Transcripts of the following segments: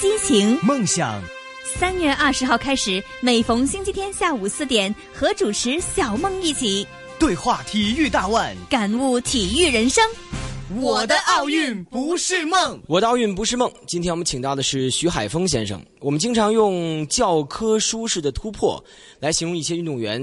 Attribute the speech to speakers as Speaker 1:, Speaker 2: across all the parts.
Speaker 1: 激情。
Speaker 2: 梦想，
Speaker 1: 三月二十号开始，每逢星期天下午四点，和主持小梦一起
Speaker 2: 对话体育大腕，
Speaker 1: 感悟体育人生。我的奥运
Speaker 2: 不是梦。
Speaker 3: 我的奥运不是梦。今天我们请到的是徐海峰先生。我们经常用教科书式的突破来形容一些运动员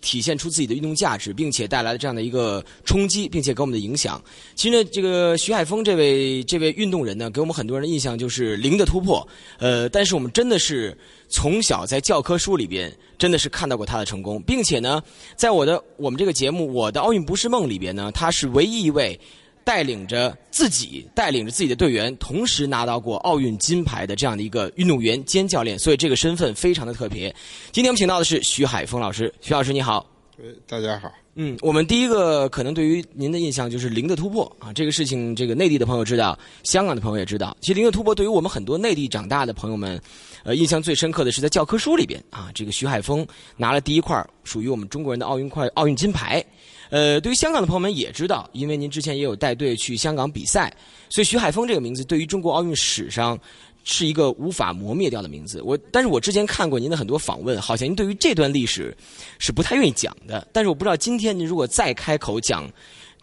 Speaker 3: 体现出自己的运动价值，并且带来了这样的一个冲击，并且给我们的影响。其实呢，这个徐海峰这位这位运动人呢，给我们很多人的印象就是零的突破。呃，但是我们真的是从小在教科书里边真的是看到过他的成功，并且呢，在我的我们这个节目《我的奥运不是梦》里边呢，他是唯一一位。带领着自己、带领着自己的队员，同时拿到过奥运金牌的这样的一个运动员兼教练，所以这个身份非常的特别。今天我们请到的是徐海峰老师，徐老师你好。
Speaker 4: 呃，大家好，
Speaker 3: 嗯，我们第一个可能对于您的印象就是零的突破啊，这个事情，这个内地的朋友知道，香港的朋友也知道。其实零的突破对于我们很多内地长大的朋友们，呃，印象最深刻的是在教科书里边啊，这个徐海峰拿了第一块属于我们中国人的奥运块奥运金牌。呃，对于香港的朋友们也知道，因为您之前也有带队去香港比赛，所以徐海峰这个名字对于中国奥运史上是一个无法磨灭掉的名字。我，但是我之前看过您的很多访问，好像您对于这段历史是不太愿意讲的。但是我不知道今天您如果再开口讲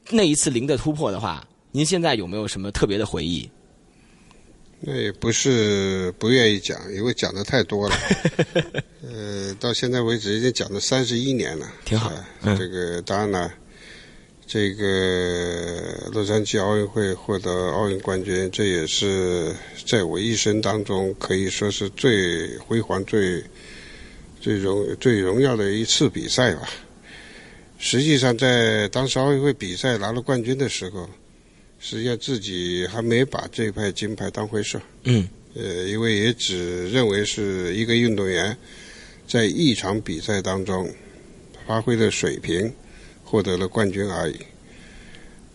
Speaker 3: 那一次零的突破的话，您现在有没有什么特别的回忆？
Speaker 4: 那也不是不愿意讲，因为讲的太 多了。呃，到现在为止已经讲了三十一年了，
Speaker 3: 挺好
Speaker 4: 啊
Speaker 3: 嗯
Speaker 4: 这个当然了，这个洛杉矶奥运会获得奥运冠军，这也是在我一生当中可以说是最辉煌、最最荣最荣耀的一次比赛吧。实际上，在当时奥运会比赛拿了冠军的时候，实际上自己还没把这块金牌当回事儿。
Speaker 3: 嗯
Speaker 4: 呃，因为也只认为是一个运动员在一场比赛当中发挥的水平获得了冠军而已。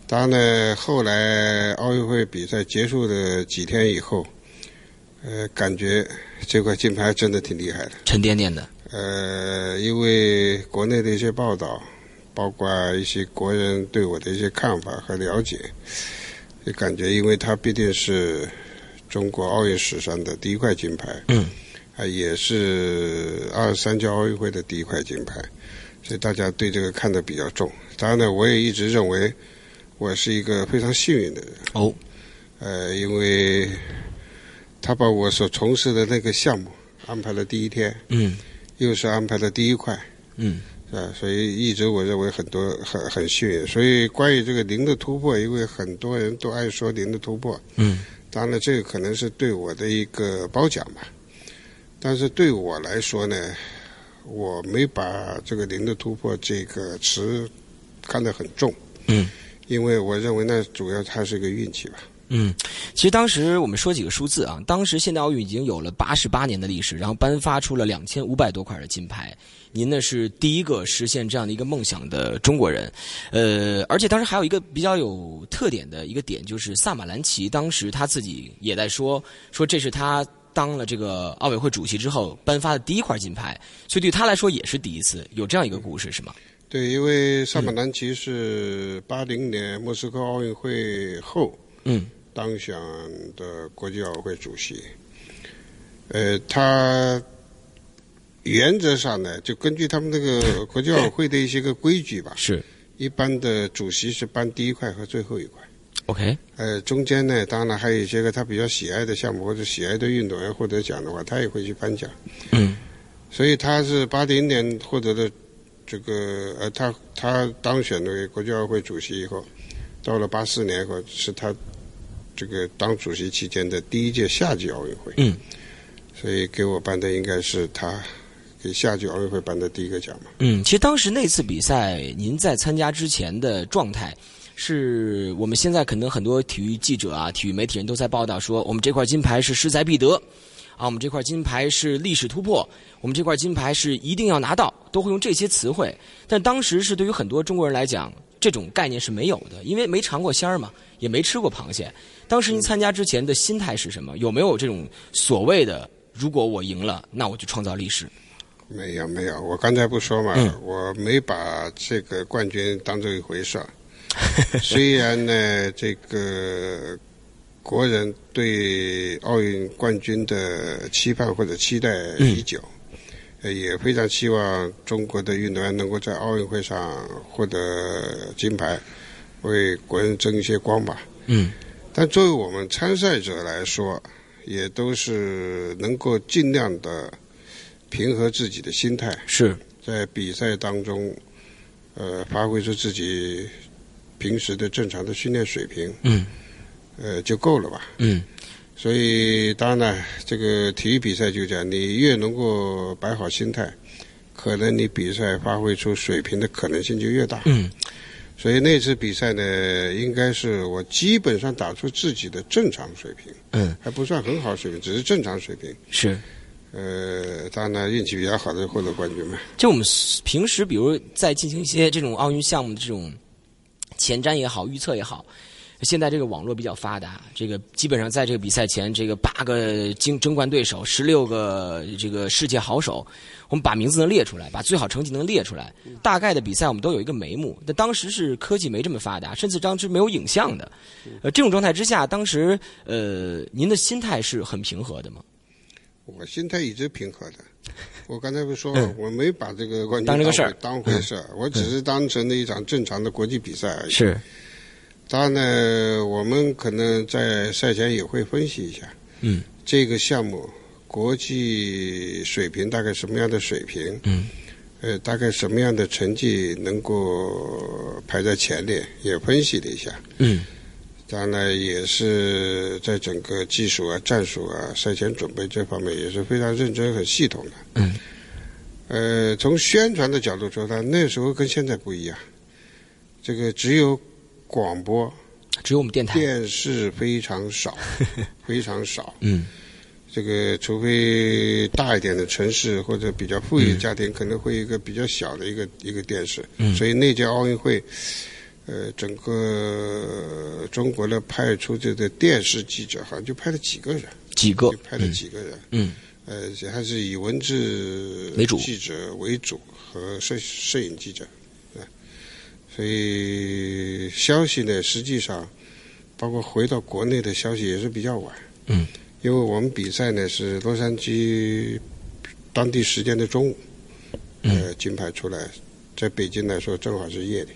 Speaker 4: 当然呢，后来奥运会比赛结束的几天以后，呃，感觉这块金牌真的挺厉害的。
Speaker 3: 沉甸甸的，
Speaker 4: 呃，因为国内的一些报道，包括一些国人对我的一些看法和了解，就感觉，因为它毕竟是中国奥运史上的第一块金牌，
Speaker 3: 嗯，
Speaker 4: 啊，也是二十三届奥运会的第一块金牌，所以大家对这个看得比较重。当然呢，我也一直认为我是一个非常幸运的人，
Speaker 3: 哦，
Speaker 4: 呃，因为他把我所从事的那个项目安排了第一天，
Speaker 3: 嗯
Speaker 4: 又是安排了第一块。
Speaker 3: 嗯
Speaker 4: 啊，所以一直我认为很多很很幸运。所以关于这个零的突破，因为很多人都爱说零的突破，
Speaker 3: 嗯
Speaker 4: 当然这个可能是对我的一个褒奖吧。但是对我来说呢，我没把这个“零的突破”这个词看得很重，
Speaker 3: 嗯。
Speaker 4: 因为我认为那主要它是一个运气吧。
Speaker 3: 嗯，其实当时我们说几个数字啊，当时现代奥运已经有了八十八年的历史，然后颁发出了两千五百多块的金牌。您呢是第一个实现这样的一个梦想的中国人，呃，而且当时还有一个比较有特点的一个点，就是萨马兰奇当时他自己也在说，说这是他当了这个奥委会主席之后颁发的第一块金牌，所以对他来说也是第一次，有这样一个故事是吗？
Speaker 4: 对，因为萨马兰奇是八零年莫斯科奥运会后，
Speaker 3: 嗯
Speaker 4: 当选的国际奥委会主席。呃，他原则上呢，就根据他们那个国际奥委会的一些个规矩吧，
Speaker 3: 是
Speaker 4: 一般的主席是颁第一块和最后一块。
Speaker 3: ，OK，
Speaker 4: 呃，中间呢，当然还有一些个他比较喜爱的项目或者喜爱的运动员获得奖的话，他也会去颁奖。
Speaker 3: 嗯
Speaker 4: 所以他是八零年获得的这个呃，他他当选为国际奥委会主席以后，到了八四年以后是他这个当主席期间的第一届夏季奥运会，
Speaker 3: 嗯
Speaker 4: 所以给我颁的应该是他给夏季奥运会颁的第一个奖嘛。
Speaker 3: 嗯，其实当时那次比赛，您在参加之前的状态，是我们现在可能很多体育记者啊、体育媒体人都在报道说，我们这块金牌是势在必得，啊，我们这块金牌是历史突破，我们这块金牌是一定要拿到，都会用这些词汇。但当时是对于很多中国人来讲，这种概念是没有的，因为没尝过鲜儿嘛，也没吃过螃蟹。当时您参加之前的心态是什么？有没有这种所谓的如果我赢了，那我就创造历史？
Speaker 4: 没有没有，我刚才不说嘛，
Speaker 3: 嗯
Speaker 4: 我没把这个冠军当做一回事儿。虽然呢，这个国人对奥运冠军的期盼或者期待已久，呃也非常期望中国的运动员能够在奥运会上获得金牌，为国人争一些光吧。
Speaker 3: 嗯
Speaker 4: 但作为我们参赛者来说，也都是能够尽量的平和自己的心态，
Speaker 3: 是
Speaker 4: 在比赛当中，呃，发挥出自己平时的正常的训练水平，
Speaker 3: 嗯
Speaker 4: 呃，就够了吧。
Speaker 3: 嗯
Speaker 4: 所以，当然了，这个体育比赛就讲，你越能够摆好心态，可能你比赛发挥出水平的可能性就越大。
Speaker 3: 嗯
Speaker 4: 所以那次比赛呢，应该是我基本上打出自己的正常水平，
Speaker 3: 嗯
Speaker 4: 还不算很好水平，只是正常水平。
Speaker 3: 是。
Speaker 4: 呃，当然运气比较好的获得冠军嘛。
Speaker 3: 就我们平时，比如在进行一些这种奥运项目的这种前瞻也好、预测也好，现在这个网络比较发达，这个基本上在这个比赛前，这个八个争争冠对手、十六个这个世界好手，我们把名字能列出来，把最好成绩能列出来，大概的比赛我们都有一个眉目。但当时是科技没这么发达，甚至当时没有影像的，呃，这种状态之下，当时呃，您的心态是很平和的吗？
Speaker 4: 我心态一直平和 的。我刚才不是说了，我没把这个冠
Speaker 3: 嗯
Speaker 4: 军
Speaker 3: 当这个
Speaker 4: 回
Speaker 3: 事儿嗯
Speaker 4: 当回事儿，我只是当成了一场正常的国际比赛而已。
Speaker 3: 是，
Speaker 4: 当然呢，我们可能在赛前也会分析一下
Speaker 3: 嗯
Speaker 4: 这个项目国际水平大概什么样的水平，
Speaker 3: 嗯
Speaker 4: 呃，大概什么样的成绩能够排在前列，也分析了一下。
Speaker 3: 嗯
Speaker 4: 当然也是在整个技术啊、战术啊、赛前准备这方面也是非常认真、很系统的。
Speaker 3: 嗯。
Speaker 4: 呃，从宣传的角度说，它那时候跟现在不一样，这个只有广播、
Speaker 3: 只有我们电台，
Speaker 4: 电视非常少，非常少。
Speaker 3: 嗯
Speaker 4: 这个除非大一点的城市或者比较富裕的家庭，可能会有一个比较小的一个一个电视。
Speaker 3: 嗯
Speaker 4: 所以那届奥运会，呃，整个中国的派出这个电视记者好像就派了几个人，
Speaker 3: 几个
Speaker 4: 就，派了几个人，
Speaker 3: 哦嗯。
Speaker 4: 呃，且还是以文字
Speaker 3: 为主
Speaker 4: 记者为主和摄摄影记者，啊，所以消息呢，实际上包括回到国内的消息也是比较晚，
Speaker 3: 嗯，
Speaker 4: 因为我们比赛呢是洛杉矶当地时间的中午，
Speaker 3: 嗯
Speaker 4: 呃，金牌出来，在北京来说正好是夜里，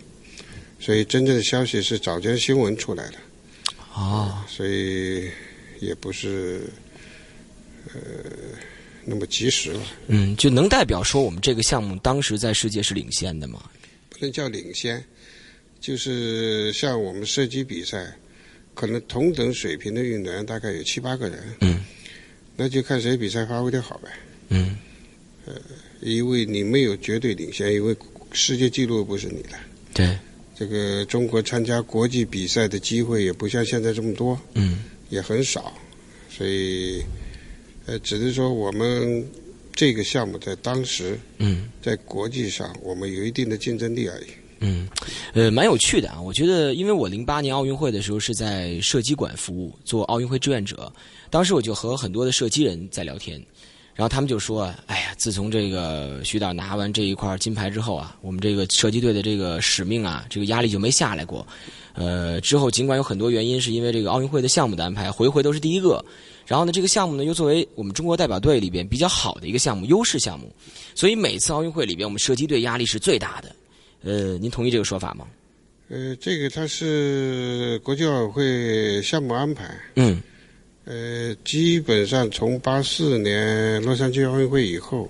Speaker 4: 所以真正的消息是早间新闻出来的。
Speaker 3: 哦，
Speaker 4: 所以也不是呃那么及时了，
Speaker 3: 嗯，就能代表说我们这个项目当时在世界是领先的吗？
Speaker 4: 不能叫领先，就是像我们射击比赛，可能同等水平的运动员大概有七八个人，
Speaker 3: 嗯
Speaker 4: 那就看谁比赛发挥的好呗。
Speaker 3: 嗯
Speaker 4: 因为你没有绝对领先，因为世界纪录不是你的。
Speaker 3: 对，
Speaker 4: 这个中国参加国际比赛的机会也不像现在这么多，
Speaker 3: 嗯
Speaker 4: 也很少，所以呃，只是说我们这个项目在当时
Speaker 3: 嗯
Speaker 4: 在国际上我们有一定的竞争力而已。
Speaker 3: 嗯，呃，蛮有趣的啊。我觉得，因为我零八年奥运会的时候是在射击馆服务，做奥运会志愿者，当时我就和很多的射击人在聊天。然后他们就说啊，哎呀，自从这个徐导拿完这一块金牌之后啊，我们这个射击队的这个使命啊，这个压力就没下来过。呃，之后尽管有很多原因是因为这个奥运会的项目的安排，回回都是第一个。然后呢，这个项目呢又作为我们中国代表队里边比较好的一个项目，优势项目，所以每次奥运会里边我们射击队压力是最大的。呃，您同意这个说法吗？
Speaker 4: 呃，这个它是国际奥委会项目安排，
Speaker 3: 嗯
Speaker 4: 呃，基本上从八四年洛杉矶奥运会以后，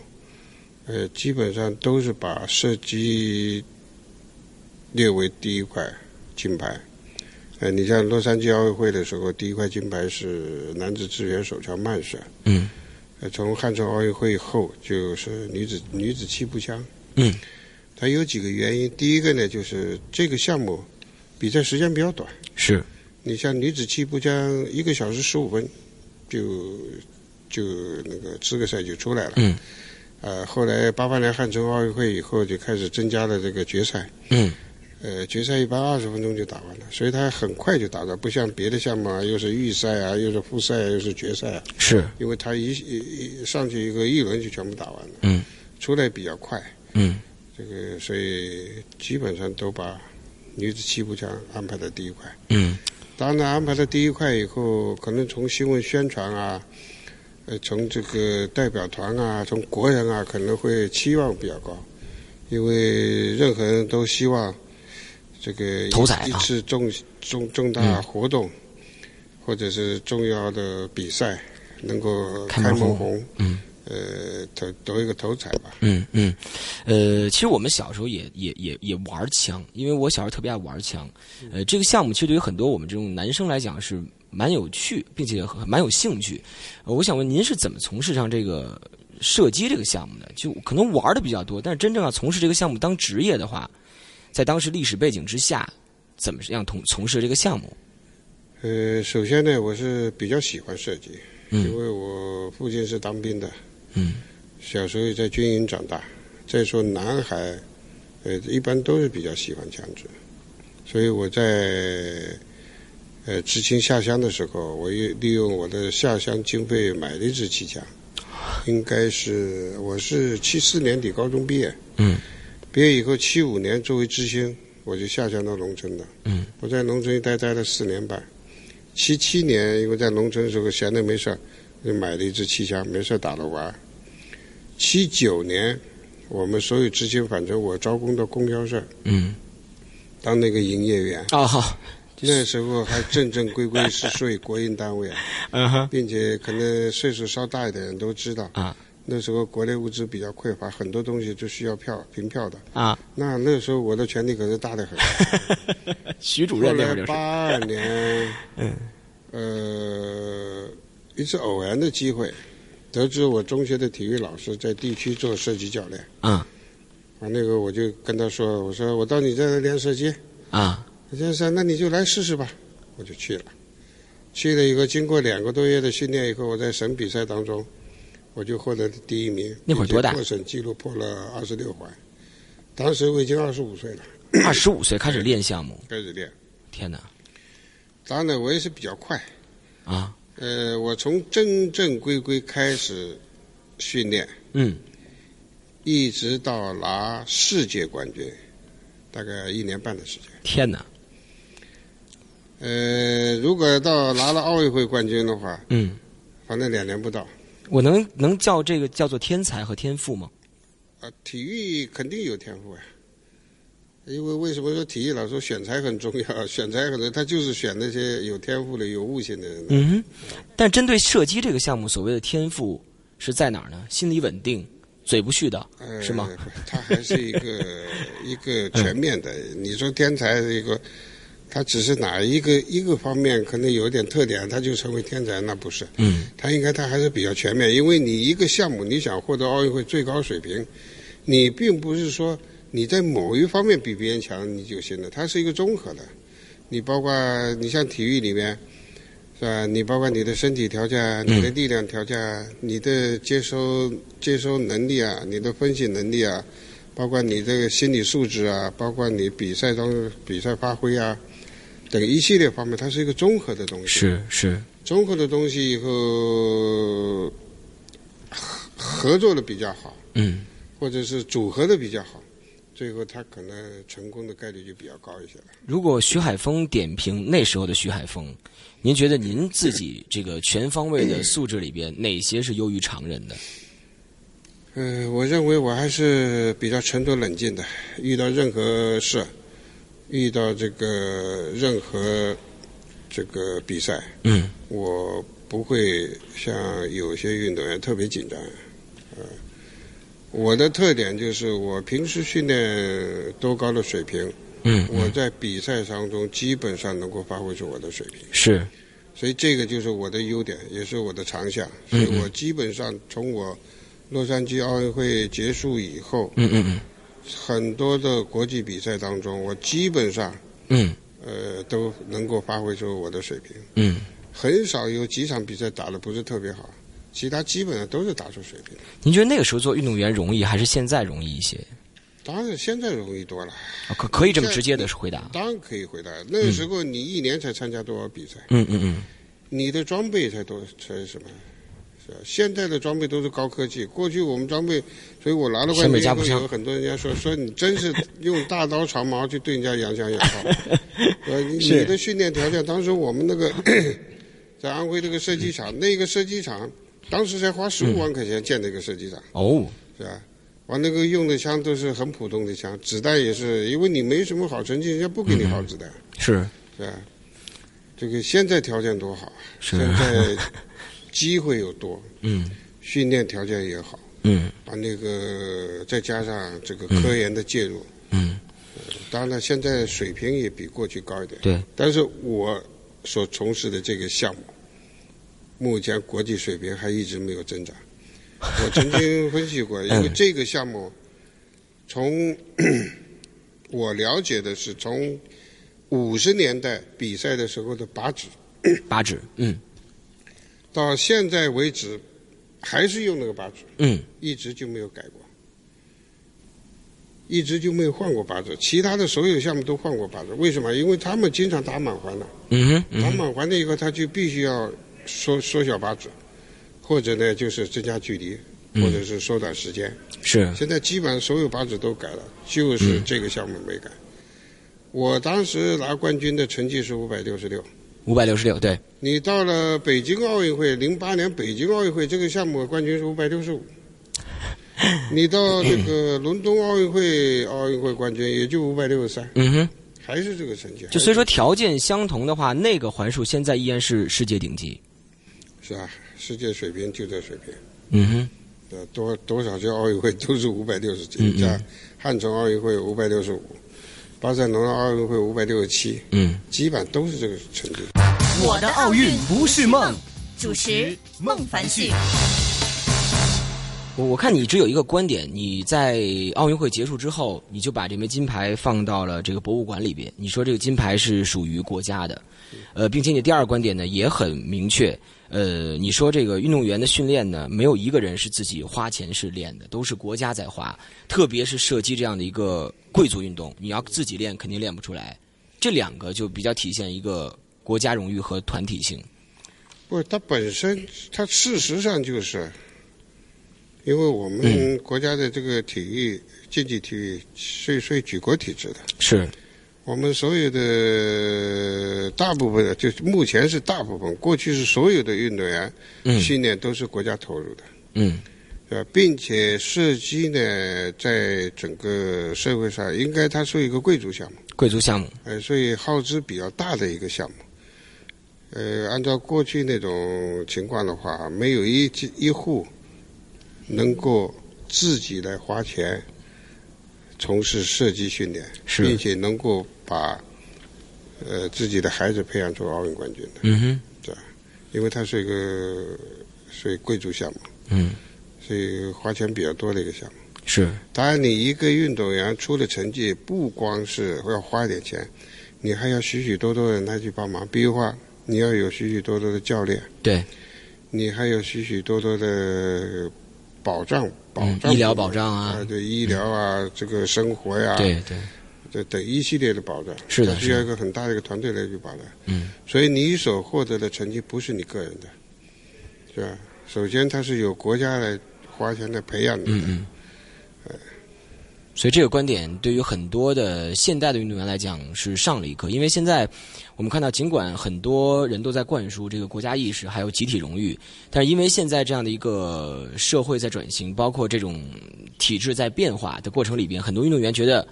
Speaker 4: 呃，基本上都是把射击列为第一块金牌。呃，你像洛杉矶奥运会的时候，第一块金牌是男子自由手枪慢射，
Speaker 3: 嗯
Speaker 4: 呃，从汉城奥运会后就是女子女子气步枪。
Speaker 3: 嗯，
Speaker 4: 它有几个原因。第一个呢，就是这个项目比赛时间比较短，
Speaker 3: 是
Speaker 4: 你像女子气步枪一个小时十五分就就那个资格赛就出来了。
Speaker 3: 嗯。
Speaker 4: 呃，后来八八年汉城奥运会以后就开始增加了这个决赛，
Speaker 3: 嗯
Speaker 4: 呃，决赛一般二十分钟就打完了，所以它很快就打完，不像别的项目啊，又是预赛啊，又是复赛啊，又是决赛啊，
Speaker 3: 是
Speaker 4: 因为它一一一上去一个一轮就全部打完了，
Speaker 3: 嗯
Speaker 4: 出来比较快，
Speaker 3: 嗯
Speaker 4: 这个所以基本上都把女子七步枪安排在第一块。
Speaker 3: 嗯
Speaker 4: 当然安排在第一块以后，可能从新闻宣传啊，呃，从这个代表团啊，从国人啊，可能会期望比较高，因为任何人都希望这个一
Speaker 3: 头彩啊
Speaker 4: 一次重重重大活动、或者是重要的比赛能够
Speaker 3: 开
Speaker 4: 开
Speaker 3: 门
Speaker 4: 门
Speaker 3: 红
Speaker 4: 红，
Speaker 3: 嗯
Speaker 4: 呃，得得一个头彩吧。
Speaker 3: 嗯嗯，呃，其实我们小时候也也也也玩枪，因为我小时候特别爱玩枪。呃，这个项目其实对于很多我们这种男生来讲是蛮有趣，并且很蛮有兴趣。呃我想问您是怎么从事上这个射击这个项目的？就可能玩的比较多，但是真正要从事这个项目当职业的话，在当时历史背景之下，怎么样从从事这个项目？
Speaker 4: 呃，首先呢，我是比较喜欢射击，因
Speaker 3: 嗯
Speaker 4: 为我父亲是当兵的，
Speaker 3: 嗯
Speaker 4: 小时候也在军营长大。再说男孩，呃，一般都是比较喜欢枪支，所以我在呃知青下乡的时候，我也利用我的下乡经费买了一支气枪，应该是我是七四年底高中毕业，
Speaker 3: 嗯
Speaker 4: 毕业以后七五年作为知青，我就下乡到农村了。
Speaker 3: 嗯
Speaker 4: 我在农村一待待了四年半，七七年因为在农村的时候闲着没事儿，就买了一支气枪，没事儿打着玩儿。七九年，我们所有知青，反正我招工到供销社
Speaker 3: 嗯
Speaker 4: 当那个营 业员，
Speaker 3: 啊好，
Speaker 4: 那时候还正正规规是属于国营 单位啊，
Speaker 3: 嗯哼
Speaker 4: 并且可能岁数稍大一点的人都知道
Speaker 3: 啊，
Speaker 4: 那时候国内物资比较匮乏，很多东西就需要票凭票的。
Speaker 3: 啊，
Speaker 4: 那那时候我的权力可是大得很。
Speaker 3: 徐主
Speaker 4: 后
Speaker 3: 任那会
Speaker 4: 来
Speaker 3: 儿就是
Speaker 4: 八二年， 嗯呃，一次偶然的机会，得知我中学的体育老师在地区做射击教练，
Speaker 3: 啊
Speaker 4: 啊，那个我就跟他说，我说我到你这儿练射击，
Speaker 3: 啊
Speaker 4: 他先生，那你就来试试吧，我就去了。去了以后，经过两个多月的训练以后，我在省比赛当中，我就获得了第一名。
Speaker 3: 那会儿多大
Speaker 4: 并且破省纪录破了二十六环，当时我已经二十五岁了，
Speaker 3: 二十五岁开始练项目，
Speaker 4: 开始练。
Speaker 3: 天哪
Speaker 4: 当然，我也是比较快。
Speaker 3: 啊！
Speaker 4: 呃，我从正正规规开始训练，
Speaker 3: 嗯，
Speaker 4: 一直到拿世界冠军，大概一年半的时间。
Speaker 3: 天哪，
Speaker 4: 呃，如果到拿了奥运会冠军的话，
Speaker 3: 嗯，
Speaker 4: 反正两年不到。
Speaker 3: 我能能叫这个叫做天才和天赋吗？
Speaker 4: 啊，体育肯定有天赋呀、因为为什么说体育老师说选材很重要？选材很重要，他就是选那些有天赋的、有悟性的人。
Speaker 3: 嗯哼，但针对射击这个项目，所谓的天赋是在哪儿呢？心理稳定，嘴不絮叨，
Speaker 4: 呃
Speaker 3: 嗯是吗？
Speaker 4: 他还是 一个一个全面的。你说天才是一个，他只是哪一个一个方面可能有点特点，他就成为天才，那不是。
Speaker 3: 嗯
Speaker 4: 他应该他还是比较全面，因为你一个项目你想获得奥运会最高水平，你并不是说你在某一方面比别人强你就行了，它是一个综合的。你包括你像体育里面，是吧？你包括你的身体条件啊、
Speaker 3: 嗯
Speaker 4: 你的力量条件啊、你的接收接收能力啊、你的分析能力啊，包括你这个心理素质啊，包括你比赛当中比赛发挥啊等一系列方面，它是一个综合的东西。
Speaker 3: 是是，
Speaker 4: 综合的东西以后合合作的比较好，
Speaker 3: 嗯
Speaker 4: 或者是组合的比较好，最后他可能成功的概率就比较高一些了。
Speaker 3: 如果徐海峰点评那时候的徐海峰，您觉得您自己这个全方位 的素质里边，哪些是优于常人的？
Speaker 4: 呃，我认为我还是比较沉着冷静的，遇到任何事，遇到这个任何这个比赛，
Speaker 3: 嗯
Speaker 4: 我不会像有些运动员特别紧张。呃，我的特点就是我平时训练多高的水平。
Speaker 3: 嗯
Speaker 4: 我在比赛当中基本上能够发挥出我的水平，
Speaker 3: 是
Speaker 4: 所以这个就是我的优点，也是我的长项。所
Speaker 3: 嗯嗯
Speaker 4: 以我基本上从我洛杉矶奥运会结束以后，
Speaker 3: 嗯嗯嗯
Speaker 4: 很多的国际比赛当中，我基本上
Speaker 3: 嗯
Speaker 4: 呃都能够发挥出我的水平，
Speaker 3: 嗯。
Speaker 4: 很少有几场比赛打得不是特别好，其他基本上都是打出水平。
Speaker 3: 您觉得那个时候做运动员容易，还是现在容易一些？
Speaker 4: 当然现在容易多了，
Speaker 3: 啊可可以这么直接的回答？
Speaker 4: 当然可以回答。那时候你一年才参加多少比赛？
Speaker 3: 嗯嗯嗯
Speaker 4: 你的装备才多才什么？是啊现在的装备都是高科技，过去我们装备，所以我拿了
Speaker 3: 审
Speaker 4: 冠
Speaker 3: 美
Speaker 4: 军
Speaker 3: 加不
Speaker 4: 以
Speaker 3: 上
Speaker 4: 后，有很多人家说说你真是用大刀长矛去对人家洋枪洋炮， 呃，你
Speaker 3: 是
Speaker 4: 你的训练条件，当时我们那个 在安徽那个射击场，那个射击场当时才花十五万块钱建那个射击场，
Speaker 3: 哦，
Speaker 4: 是吧？完那个用的枪都是很普通的枪，子弹也是，因为你没什么好成绩，人家不给你好子弹，
Speaker 3: 是
Speaker 4: 是吧？这个现在条件多好，啊
Speaker 3: 是
Speaker 4: 现在机会又多，
Speaker 3: 嗯
Speaker 4: 训练条件也好，
Speaker 3: 嗯
Speaker 4: 把那个再加上这个科研的介入，
Speaker 3: 嗯，
Speaker 4: 当然了，现在水平也比过去高一点。
Speaker 3: 对，
Speaker 4: 但是我所从事的这个项目，目前国际水平还一直没有 增长。我曾经分析过，因为这个项目， 从我了解的是从五十年代比赛的时候的靶纸，
Speaker 3: 八指，嗯
Speaker 4: 到现在为止，还是用那个靶纸。
Speaker 3: 嗯
Speaker 4: 一直就没有改过，一直就没有换过靶子。其他的所有项目都换过靶子，为什么？因为他们经常打满环了，
Speaker 3: 嗯哼嗯
Speaker 4: 打
Speaker 3: 哼
Speaker 4: 满环了以后，他就必须要缩缩小靶子，或者呢就是增加距离，
Speaker 3: 嗯
Speaker 4: 或者是缩短时间。
Speaker 3: 是
Speaker 4: 现在基本上所有靶子都改了，
Speaker 3: 嗯
Speaker 4: 就是这个项目没改。我当时拿冠军的成绩是五百六十六。
Speaker 3: 五百六十六，对，
Speaker 4: 你到了北京奥运会，零八年北京奥运会这个项目冠军是五百 六十五。你到这个伦敦奥运会，奥运会冠军也就五百六十三，
Speaker 3: 嗯哼，
Speaker 4: 还是这个成绩。
Speaker 3: 就所以说条件相同的话，那个环数现在依然是世界顶级，
Speaker 4: 是啊，世界水平就这水平。
Speaker 3: 嗯哼，
Speaker 4: 呃，多多少届奥运会都是五百六十
Speaker 3: 嗯
Speaker 4: 几，
Speaker 3: 嗯
Speaker 4: 加汉城奥运会五百六十五，巴塞罗那奥运会五百六十七，
Speaker 3: 嗯，
Speaker 4: 基本都是这个成绩。
Speaker 2: 我的奥运不是梦。
Speaker 1: 主持孟凡旭。
Speaker 3: 我我看你只有一个观点，你在奥运会结束之后，你就把这枚金牌放到了这个博物馆里边。你说这个金牌是属于国家的，呃，并且你第二观点呢也很明确，呃，你说这个运动员的训练呢，没有一个人是自己花钱是练的，都是国家在花，特别是射击这样的一个贵族运动，你要自己练肯定练不出来。这两个就比较体现一个国家荣誉和团体性。
Speaker 4: 不，它本身，它事实上就是，因为我们国家的这个体育、竞技体育是属于举国体制的，
Speaker 3: 是，
Speaker 4: 我们所有的大部分的，就是目前是大部分，过去是所有的运动员
Speaker 3: 嗯
Speaker 4: 训练都是国家投入的，
Speaker 3: 嗯
Speaker 4: 呃，并且射击呢，在整个社会上应该它是一个贵族项目。
Speaker 3: 贵族项目，
Speaker 4: 呃，所以耗资比较大的一个项目。呃，按照过去那种情况的话，没有一家一户能够自己来花钱从事射击训练，
Speaker 3: 是
Speaker 4: 并且能够把呃自己的孩子培养出奥运冠军的，
Speaker 3: 嗯哼，
Speaker 4: 因为它是一个属于贵族项目，
Speaker 3: 嗯，
Speaker 4: 是花钱比较多的一个项目。
Speaker 3: 是。
Speaker 4: 当然，你一个运动员出了成绩，不光是要花一点钱，你还要许许多多人来去帮忙。比如话，你要有许许多多的教练，
Speaker 3: 对，
Speaker 4: 你还有许许多多的保障，保
Speaker 3: 嗯
Speaker 4: 障
Speaker 3: 医疗保障啊嗯
Speaker 4: 啊，对医疗啊，这个生活呀、
Speaker 3: 对对，
Speaker 4: 这等一系列的保障，
Speaker 3: 是的
Speaker 4: 它需要一个很大的一个团队来去保障。
Speaker 3: 嗯，
Speaker 4: 所以你所获得的成绩不是你个人的，是吧？首先，它是有国家来花钱来培养你的。
Speaker 3: 嗯嗯。所以这个观点对于很多的现代的运动员来讲是上了一课，因为现在我们看到，尽管很多人都在灌输这个国家意识还有集体荣誉，但是因为现在这样的一个社会在转型，包括这种体制在变化的过程里边，很多运动员觉得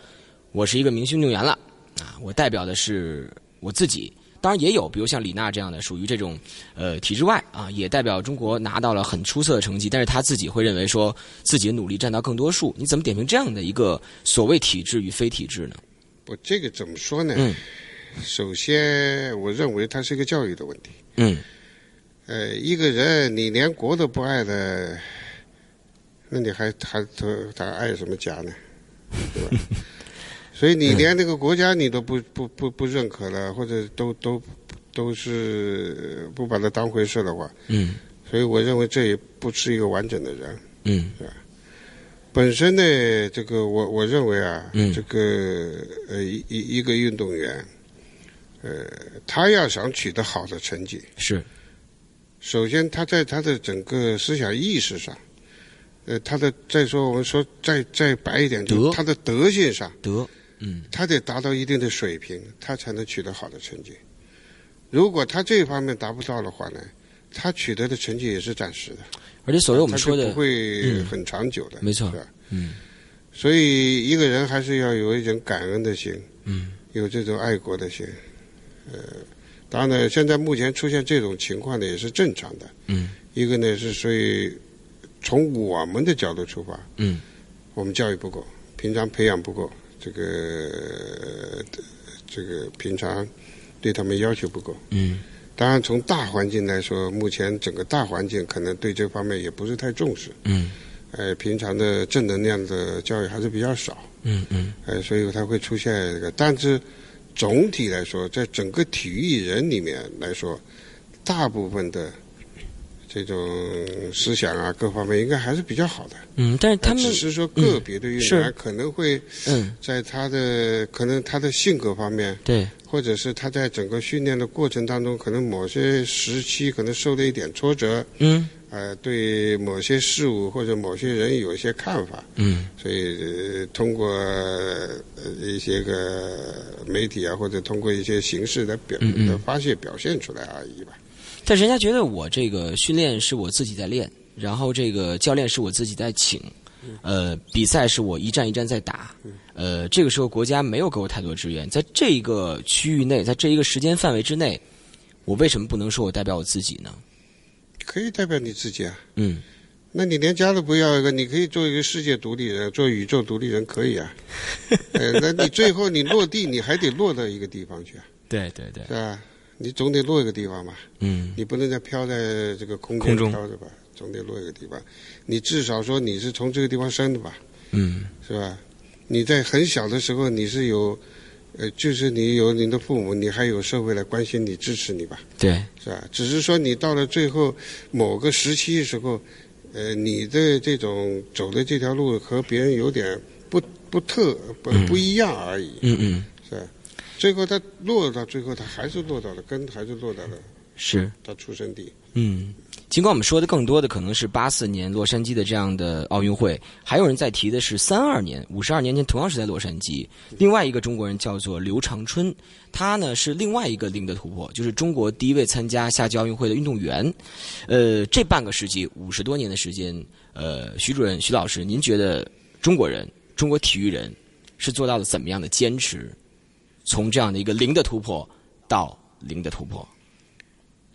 Speaker 3: 我是一个明星运动员了啊，我代表的是我自己。当然也有，比如像李娜这样的，属于这种呃体制外啊，也代表中国拿到了很出色的成绩，但是他自己会认为说自己的努力占到更多数。你怎么点评这样的一个所谓体制与非体制呢？
Speaker 4: 不，这个怎么说呢？
Speaker 3: 嗯
Speaker 4: 首先，我认为它是一个教育的问题。
Speaker 3: 嗯
Speaker 4: 呃，一个人你连国都不爱的，那你还还他爱什么家呢？对吧？ 所以你连那个国家你都不不不不认可了，或者都都都是不把它当回事的话，
Speaker 3: 嗯
Speaker 4: 所以我认为这也不是一个完整的人。
Speaker 3: 嗯
Speaker 4: 本身呢，这个我我认为啊，
Speaker 3: 嗯
Speaker 4: 这个呃一一一个运动员，呃，他要想取得好的成绩，
Speaker 3: 是
Speaker 4: 首先，他在他的整个思想意识上，呃，他的再说我们说再再白一点，就
Speaker 3: 德
Speaker 4: 他的德性上，
Speaker 3: 德，嗯，
Speaker 4: 他得达到一定的水平，他才能取得好的成绩。如果他这方面达不到的话呢，他取得的成绩也是暂时的，
Speaker 3: 而且所谓我
Speaker 4: 他
Speaker 3: 们
Speaker 4: 是
Speaker 3: 说
Speaker 4: 不
Speaker 3: 的，
Speaker 4: 会
Speaker 3: 嗯
Speaker 4: 很长久的，
Speaker 3: 没错
Speaker 4: 是吧？
Speaker 3: 嗯
Speaker 4: 所以一个人还是要有一种感恩的心，
Speaker 3: 嗯，
Speaker 4: 有这种爱国的心。呃，当然，现在目前出现这种情况呢，也是正常的。
Speaker 3: 嗯
Speaker 4: 一个呢是所以从我们的角度出发，
Speaker 3: 嗯
Speaker 4: 我们教育不够，平常培养不够，这个呃这个平常对他们要求不够。
Speaker 3: 嗯
Speaker 4: 当然，从大环境来说，目前整个大环境可能对这方面也不是太重视，
Speaker 3: 嗯
Speaker 4: 呃，平常的正能量的教育还是比较少。
Speaker 3: 嗯嗯
Speaker 4: 呃，所以它会出现这个。但是总体来说，在整个体育人里面来说，大部分的这种思想啊，各方面应该还是比较好的。呃
Speaker 3: 嗯，但是他们嗯
Speaker 4: 只是说个别的运动员
Speaker 3: 是
Speaker 4: 可能会
Speaker 3: 嗯
Speaker 4: 在他的、可能他的性格方面，
Speaker 3: 对
Speaker 4: 或者是他在整个训练的过程当中，可能某些时期可能受了一点挫折，
Speaker 3: 嗯
Speaker 4: 呃，对某些事物或者某些人有一些看法。
Speaker 3: 嗯
Speaker 4: 所以、呃通过呃一些个媒体啊，或者通过一些形式来表
Speaker 3: 嗯嗯
Speaker 4: 的发泄表现出来而已吧。
Speaker 3: 但人家觉得我这个训练是我自己在练，然后这个教练是我自己在请，
Speaker 4: 嗯
Speaker 3: 呃，比赛是我一站一站在打，呃，这个时候国家没有给我太多支援，在这个区域内，在这一个时间范围之内，我为什么不能说我代表我自己呢？
Speaker 4: 可以代表你自己啊，
Speaker 3: 嗯，
Speaker 4: 那你连家都不要一个，你可以做一个世界独立人，做宇宙独立人可以啊。呃，那你最后你落地，你还得落到一个地方去啊，
Speaker 3: 对对对
Speaker 4: 是，吧？你总得落一个地方吧，
Speaker 3: 嗯
Speaker 4: 你不能再飘在这个空
Speaker 3: 空
Speaker 4: 间
Speaker 3: 中
Speaker 4: 飘着吧，总得落一个地方。你至少说你是从这个地方生的吧，
Speaker 3: 嗯
Speaker 4: 是吧？你在很小的时候，你是有，呃，就是你有你的父母，你还有社会来关心你、支持你吧，
Speaker 3: 对，
Speaker 4: 是吧？只是说你到了最后某个时期的时候，呃，你的这种走的这条路和别人有点不不特不不一样而已，
Speaker 3: 嗯嗯
Speaker 4: 是吧？最后他落到最后，他还是落到了根，还是落到了
Speaker 3: 是。
Speaker 4: 他出生地。
Speaker 3: 嗯，尽管我们说的更多的可能是八四年洛杉矶的这样的奥运会，还有人在提的是三二年，五十二年前同样是在洛杉矶，另外一个中国人叫做刘长春，他呢是另外一个零的突破，就是中国第一位参加夏季奥运会的运动员。呃，这半个世纪五十多年的时间，呃，徐主任、徐老师，您觉得中国人、中国体育人是做到了怎么样的坚持？从这样的一个零的突破到零的突破，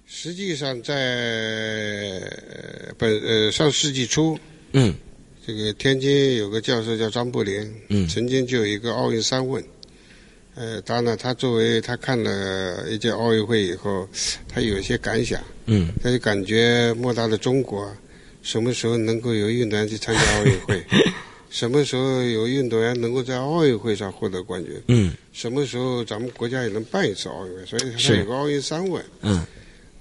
Speaker 4: 实际上在，呃本呃上世纪初，
Speaker 3: 嗯
Speaker 4: 这个天津有个教授叫张伯苓，
Speaker 3: 嗯
Speaker 4: 曾经就有一个奥运三问。呃，当然，他作为他看了一届奥运会以后，他有一些感想，
Speaker 3: 嗯。
Speaker 4: 他就感觉莫大的中国什么时候能够有运动员去参加奥运会，什么时候有运动员能够在奥运会上获得冠军，
Speaker 3: 嗯
Speaker 4: 什么时候咱们国家也能办一次奥运会，所以他
Speaker 3: 是
Speaker 4: 有个奥运三问。
Speaker 3: 嗯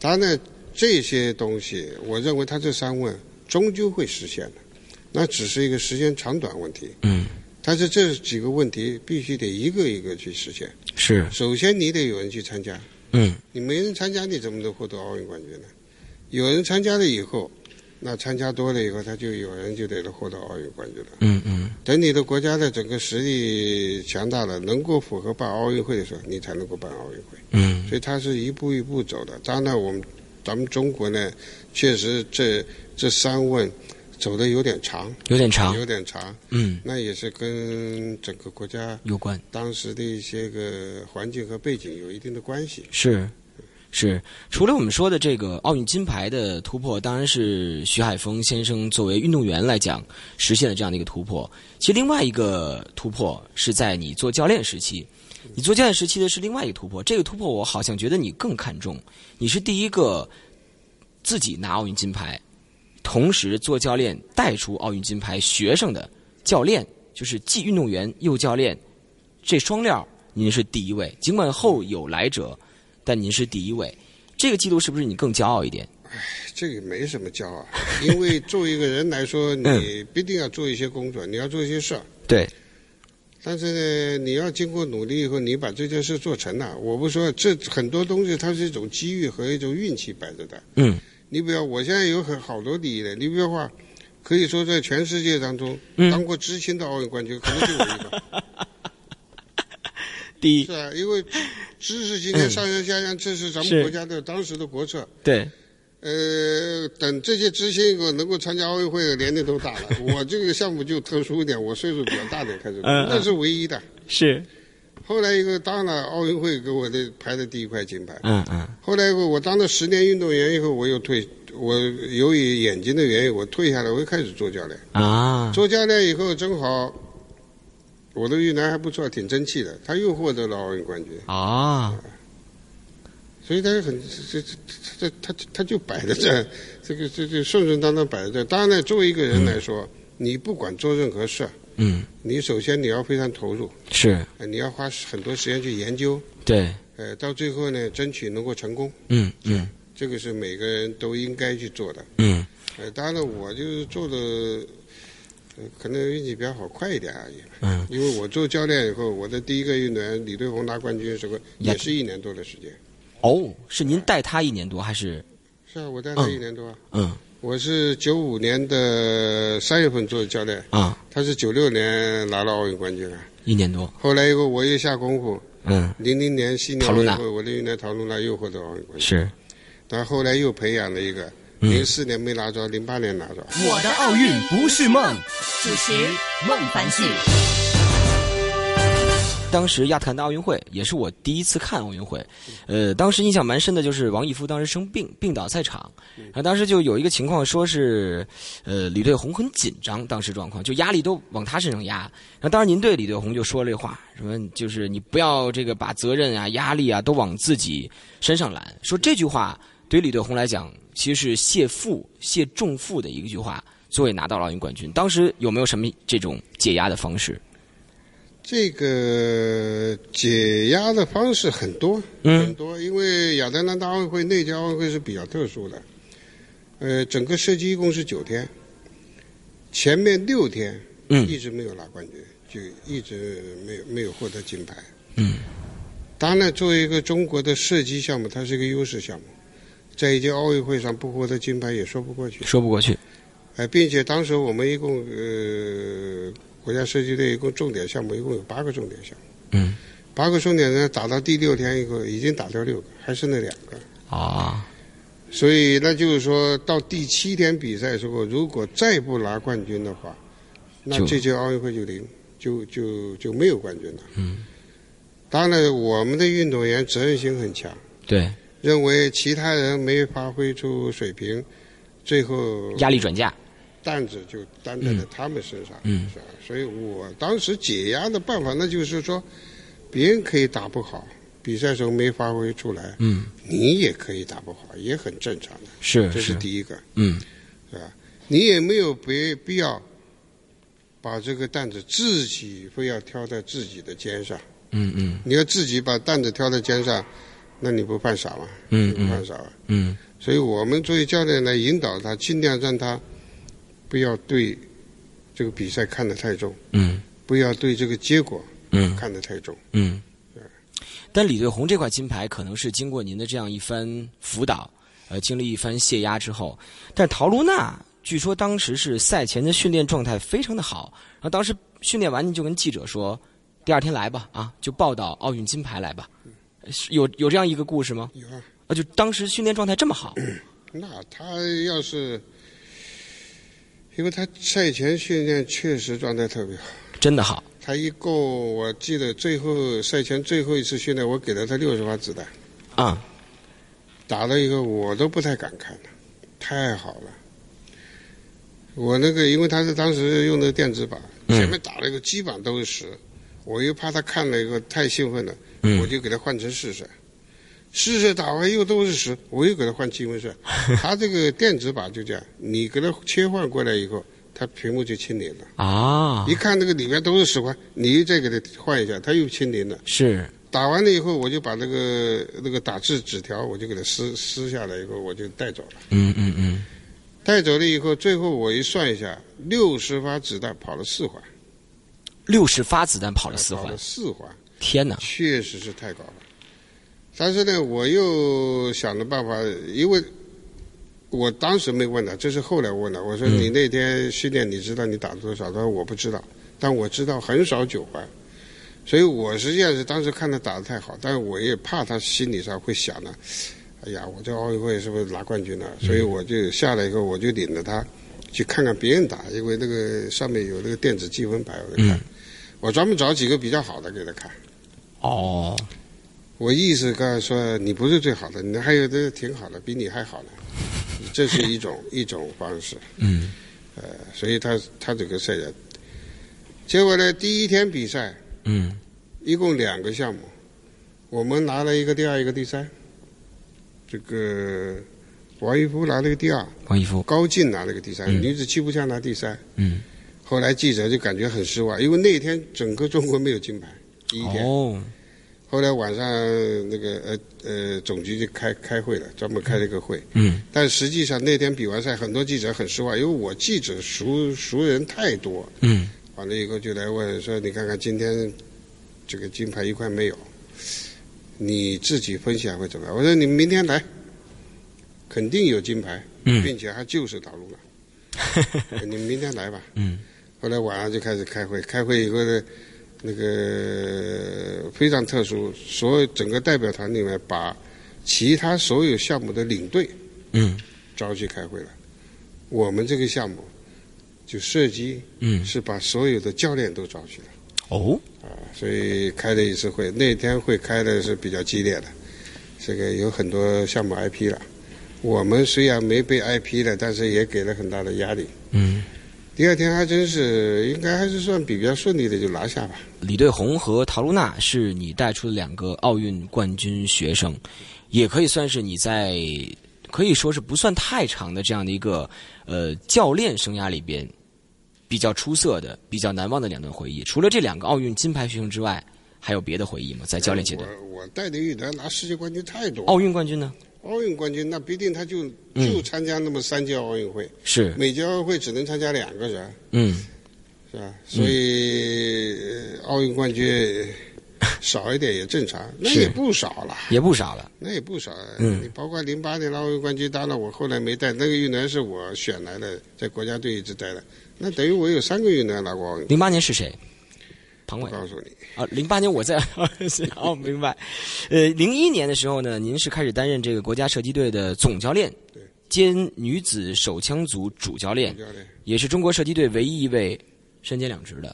Speaker 4: 当然，这些东西，我认为他这三问终究会实现的，那只是一个时间长短问题。
Speaker 3: 嗯，
Speaker 4: 但是这几个问题必须得一个一个去实现。
Speaker 3: 是，
Speaker 4: 首先，你得有人去参加，
Speaker 3: 嗯
Speaker 4: 你没人参加，你怎么能获得奥运冠军呢？有人参加了以后，那参加多了以后，他就有人就得获得奥运冠军了。
Speaker 3: 嗯嗯
Speaker 4: 等你的国家的整个实力强大了，能够符合办奥运会的时候，你才能够办奥运会。
Speaker 3: 嗯
Speaker 4: 所以它是一步一步走的。当然，我们咱们中国呢，确实这这三问走的有点长，
Speaker 3: 有点长，
Speaker 4: 有点长，
Speaker 3: 嗯，
Speaker 4: 那也是跟整个国家
Speaker 3: 有关
Speaker 4: 当时的一些个环境和背景有一定的关系。
Speaker 3: 是。是，除了我们说的这个奥运金牌的突破，当然是徐海峰先生作为运动员来讲实现了这样的一个突破。其实另外一个突破是在你做教练时期，你做教练时期的是另外一个突破。这个突破我好像觉得你更看重，你是第一个自己拿奥运金牌，同时做教练带出奥运金牌学生的教练，就是既运动员又教练，这双料您是第一位。尽管后有来者，但您是第一位。这个记录是不是你更骄傲一点？
Speaker 4: 这个没什么骄傲，因为作为一个人来说，你必定要做一些工作，你要做一些事儿。
Speaker 3: 对，
Speaker 4: 但是呢，你要经过努力以后，你把这件事做成了。我不说，这很多东西它是一种机遇和一种运气摆着的。
Speaker 3: 嗯
Speaker 4: 你比如我现在有很好多第一的，你比如话，可以说在全世界当中，
Speaker 3: 嗯
Speaker 4: 当过知青的奥运冠军可能就我一 个，
Speaker 3: 第一
Speaker 4: 是，啊，因为知知识今天
Speaker 3: 嗯
Speaker 4: 上上下下，这是咱
Speaker 3: 是
Speaker 4: 们国家的当时的国策。
Speaker 3: 对，
Speaker 4: 呃，等这些知青能够参加奥运会，年龄都大了。我这个项目就特殊一点，我岁数比较大点开始，
Speaker 3: 嗯嗯
Speaker 4: 那是唯一的。
Speaker 3: 是，
Speaker 4: 后来一个当了奥运会，给我的排的第一块金牌。
Speaker 3: 嗯嗯
Speaker 4: 后来我当了十年运动员以后，我又退，我由于眼睛的原因，我退下来，我又开始做教练。
Speaker 3: 啊，
Speaker 4: 做教练以后，正好我的越南还不错，挺争气的，他又获得了奥运冠军。
Speaker 3: 啊，
Speaker 4: 所以他就很这这这这他他就摆在这儿，这个这这顺顺当当摆在这儿。当然了，作为一个人来说，你不管做任何事儿，
Speaker 3: 嗯，
Speaker 4: 你首先你要非常投入，
Speaker 3: 是
Speaker 4: 呃你要花很多时间去研究，
Speaker 3: 对，
Speaker 4: 呃，到最后呢，争取能够成功，
Speaker 3: 嗯嗯
Speaker 4: 这个是每个人都应该去做的。
Speaker 3: 嗯，
Speaker 4: 呃，当然了，我就是做的，呃可能运气比较好，快一点而已。
Speaker 3: 嗯，
Speaker 4: 因为我做教练以后，我的第一个运动员李对红拿冠军的时候，
Speaker 3: 也
Speaker 4: 也是一年多的时间。
Speaker 3: 哦，是您带他一年多还是？
Speaker 4: 是啊，我带他
Speaker 3: 嗯
Speaker 4: 一年多啊。
Speaker 3: 嗯
Speaker 4: 我是九五年的三月份做的教练，
Speaker 3: 啊，
Speaker 4: 他是九六年拿了奥运冠军啊。
Speaker 3: 一年多，
Speaker 4: 后来以后我又下功夫，
Speaker 3: 嗯，
Speaker 4: 零零年新年
Speaker 3: 陶露
Speaker 4: 以
Speaker 3: 娜
Speaker 4: 后，我的云南陶露娜又获得奥运冠军，
Speaker 3: 是，
Speaker 4: 但后来又培养了一个，
Speaker 3: 嗯
Speaker 4: 零四年没拿着，零八年拿着。
Speaker 2: 我的奥运不是梦。
Speaker 1: 主持孟凡旭，
Speaker 3: 当时亚特兰大奥运会也是我第一次看奥运会，呃，当时印象蛮深的就是王义夫当时生病病倒赛场，然后当时就有一个情况说是，呃，李队红很紧张，当时状况就压力都往他身上压。然后当时您对李队红就说了这话，什么就是你不要这个把责任啊、压力啊都往自己身上揽。说这句话对于李队红来讲，其实是谢负、谢重负的一句话，所以拿到了奥运冠军。当时有没有什么这种解压的方式？
Speaker 4: 这个解压的方式很多，很
Speaker 3: 嗯
Speaker 4: 多，因为亚特兰大奥运会那届奥运会是比较特殊的，呃，整个设计一共是九天，前面六天
Speaker 3: 嗯
Speaker 4: 一直没有拿冠军，就一直没有没有获得金牌。
Speaker 3: 嗯，
Speaker 4: 当然，作为一个中国的射击项目，它是一个优势项目，在一届奥运会上不获得金牌也说不过去。
Speaker 3: 说不过去。
Speaker 4: 呃，并且当时我们一共呃国家射击队一共重点项目一共有八个重点项目，
Speaker 3: 嗯
Speaker 4: 八个重点呢打到第六天以后已经打掉六个，还剩了两个。
Speaker 3: 啊，
Speaker 4: 所以那就是说到第七天比赛的时候，如果再不拿冠军的话，那
Speaker 3: 就
Speaker 4: 这届奥运会就零，就就就没有冠军了。嗯，当然我们的运动员责任心很强，
Speaker 3: 对，
Speaker 4: 认为其他人没发挥出水平，最后
Speaker 3: 压力转嫁，
Speaker 4: 担子就担在了他们身上，
Speaker 3: 嗯
Speaker 4: 是吧？所以我当时解压的办法，那就是说，别人可以打不好，比赛时候没发挥出来，
Speaker 3: 嗯，
Speaker 4: 你也可以打不好，也很正常的，
Speaker 3: 是
Speaker 4: 这是第一个。
Speaker 3: 嗯，
Speaker 4: 你也没有别必要把这个担子自己非要挑在自己的肩上。
Speaker 3: 嗯嗯
Speaker 4: 你要自己把担子挑在肩上，那你不犯傻吗？
Speaker 3: 嗯
Speaker 4: 你不犯
Speaker 3: 嗯
Speaker 4: 傻吗？
Speaker 3: 嗯，
Speaker 4: 所以我们作为教练来引导他，尽量让他不要对这个比赛看得太重，
Speaker 3: 嗯
Speaker 4: 不要对这个结果
Speaker 3: 嗯
Speaker 4: 看得太重。
Speaker 3: 嗯。但李队红这块金牌可能是经过您的这样一番辅导，呃，经历一番泄压之后，但陶露娜据说当时是赛前的训练状态非常的好，然后当时训练完您就跟记者说，第二天来吧，啊，就报道奥运金牌来吧，是有有这样一个故事吗？
Speaker 4: 有啊，
Speaker 3: 啊，就当时训练状态这么好，
Speaker 4: 那他要是，因为他赛前训练确实状态特别好，
Speaker 3: 真的好
Speaker 4: 他一共我记得最后赛前最后一次训练，我给了他六十发子弹，
Speaker 3: 啊，
Speaker 4: 打了一个我都不太敢看了，太好了。我那个，因为他是当时用的电子靶，
Speaker 3: 嗯
Speaker 4: 前面打了一个基本上都是十，我又怕他看了以后太兴奋了，
Speaker 3: 嗯
Speaker 4: 我就给他换成试射，试射打完又都是十，我又给他换气 温射。他这个电子靶就这样，你给他切换过来以后，他屏幕就清零了。
Speaker 3: 啊
Speaker 4: 一，看那个里面都是十环，你又再给他换一下，他又清零了。
Speaker 3: 是
Speaker 4: 打完了以后，我就把那个那个打字纸条，我就给它撕撕下来以后，我就带走了。
Speaker 3: 嗯嗯嗯，
Speaker 4: 带走了以后，最后我一算一下，六十发子弹跑了四环，
Speaker 3: 六十发子弹跑了四
Speaker 4: 跑
Speaker 3: 环
Speaker 4: 了，四环，
Speaker 3: 天哪！
Speaker 4: 确实是太高了。但是呢，我又想了办法，因为我当时没问他，这是后来问的。我说你那天训练，你知道你打了多少？他说我不知道，但我知道很少九环。所以我实际上是当时看他打得太好，但是我也怕他心理上会想呢，哎呀，我这奥运会是不是拿冠军了？所以我就下来以后，我就领着他去看看别人打，因为那个上面有那个电子积分牌，我就看。
Speaker 3: 嗯
Speaker 4: 我专门找几个比较好的给他看。
Speaker 3: 哦，
Speaker 4: 我意思跟他说，你不是最好的，你还有的挺好的，比你还好呢。 这是一种 一种方式，
Speaker 3: 嗯
Speaker 4: 呃，所以他他这个赛人，结果呢，第一天比赛
Speaker 3: 嗯，
Speaker 4: 一共两个项目，我们拿了一个第二，一个第三。这个王一夫拿了个第二，
Speaker 3: 王一夫，
Speaker 4: 高进拿了个第三，
Speaker 3: 嗯
Speaker 4: 女子气步枪拿第三。
Speaker 3: 嗯，
Speaker 4: 后来记者就感觉很失望，因为那天整个中国没有金牌，第一天。
Speaker 3: 哦，
Speaker 4: 后来晚上那个呃呃总局就开开会了，专门开了一个会。
Speaker 3: 嗯
Speaker 4: 但实际上那天比完赛，很多记者很失望，因为我记者熟熟人太多，
Speaker 3: 嗯
Speaker 4: 完了以后就来问说：“你看看今天这个金牌一块没有，你自己分析还会怎么样？”我说：“你明天来，肯定有金牌，
Speaker 3: 嗯
Speaker 4: 并且还就是打入了。你们明天来吧。”
Speaker 3: 嗯
Speaker 4: 后来晚上就开始开会，开会以后呢，那个非常特殊，所有整个代表团里面把其他所有项目的领队
Speaker 3: 嗯
Speaker 4: 召去开会了。我们这个项目就射击
Speaker 3: 嗯，
Speaker 4: 是把所有的教练都召去了
Speaker 3: 哦，
Speaker 4: 啊，所以开了一次会。那天会开的是比较激烈的，这个有很多项目挨批了。我们虽然没被挨批了，但是也给了很大的压力。
Speaker 3: 嗯，
Speaker 4: 第二天还真是，应该还是算比较顺利的就拿下吧。
Speaker 3: 李队红和陶露娜是你带出的两个奥运冠军学生，也可以算是你在可以说是不算太长的这样的一个呃教练生涯里边比较出色的、比较难忘的两段回忆。除了这两个奥运金牌学生之外，还有别的回忆吗？在教练阶段，
Speaker 4: 我我带的运动员拿世界冠军太多了，
Speaker 3: 奥运嗯冠军呢？
Speaker 4: 奥运冠军那必定他就就参加那么三届奥运会，
Speaker 3: 是，
Speaker 4: 每届奥运会只能参加两个人，
Speaker 3: 嗯
Speaker 4: 是吧？所以、呃奥运冠军少一点也正常，那
Speaker 3: 是
Speaker 4: 也不少了，
Speaker 3: 也不少了。
Speaker 4: 那也不少。
Speaker 3: 嗯
Speaker 4: 你包括零八年的奥运冠军，当然我后来没带，那个运动员是我选来的，在国家队一直带的，那等于我有三个运动员拿过奥运。
Speaker 3: 零八年是谁？庞
Speaker 4: 我
Speaker 3: 伟
Speaker 4: 告诉你，
Speaker 3: 啊，零八年我在 哦，明白。呃，零一年的时候呢，您是开始担任这个国家射击队的总教练
Speaker 4: 对，
Speaker 3: 兼女子手枪组主教练
Speaker 4: 总，教练，
Speaker 3: 也是中国射击队唯一一位身兼两职的。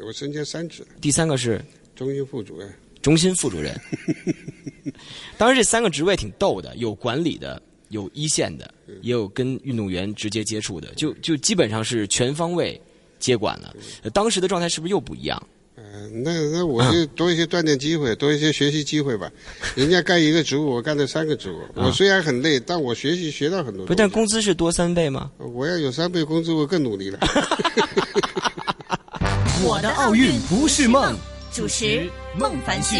Speaker 4: 我身兼三职，
Speaker 3: 第三个是
Speaker 4: 中心副主任。
Speaker 3: 中心副主 任。当然，这三个职位挺逗的，有管理的，有一线的，也有跟运动员直接接触的，就就基本上是全方位接管了。呃当时的状态是不是又不一样？
Speaker 4: 呃，那那我就
Speaker 3: 啊
Speaker 4: 多一些锻炼机会，多一些学习机会吧。人家干一个职务，我干了三个职务。我虽然很累，但我学习学到很多
Speaker 3: 啊不，但
Speaker 4: 东西。呃
Speaker 3: 工资是多三倍吗？
Speaker 4: 我要有三倍工资，我更努力了。
Speaker 2: 我的奥运不是梦。
Speaker 1: 主持孟凡旭。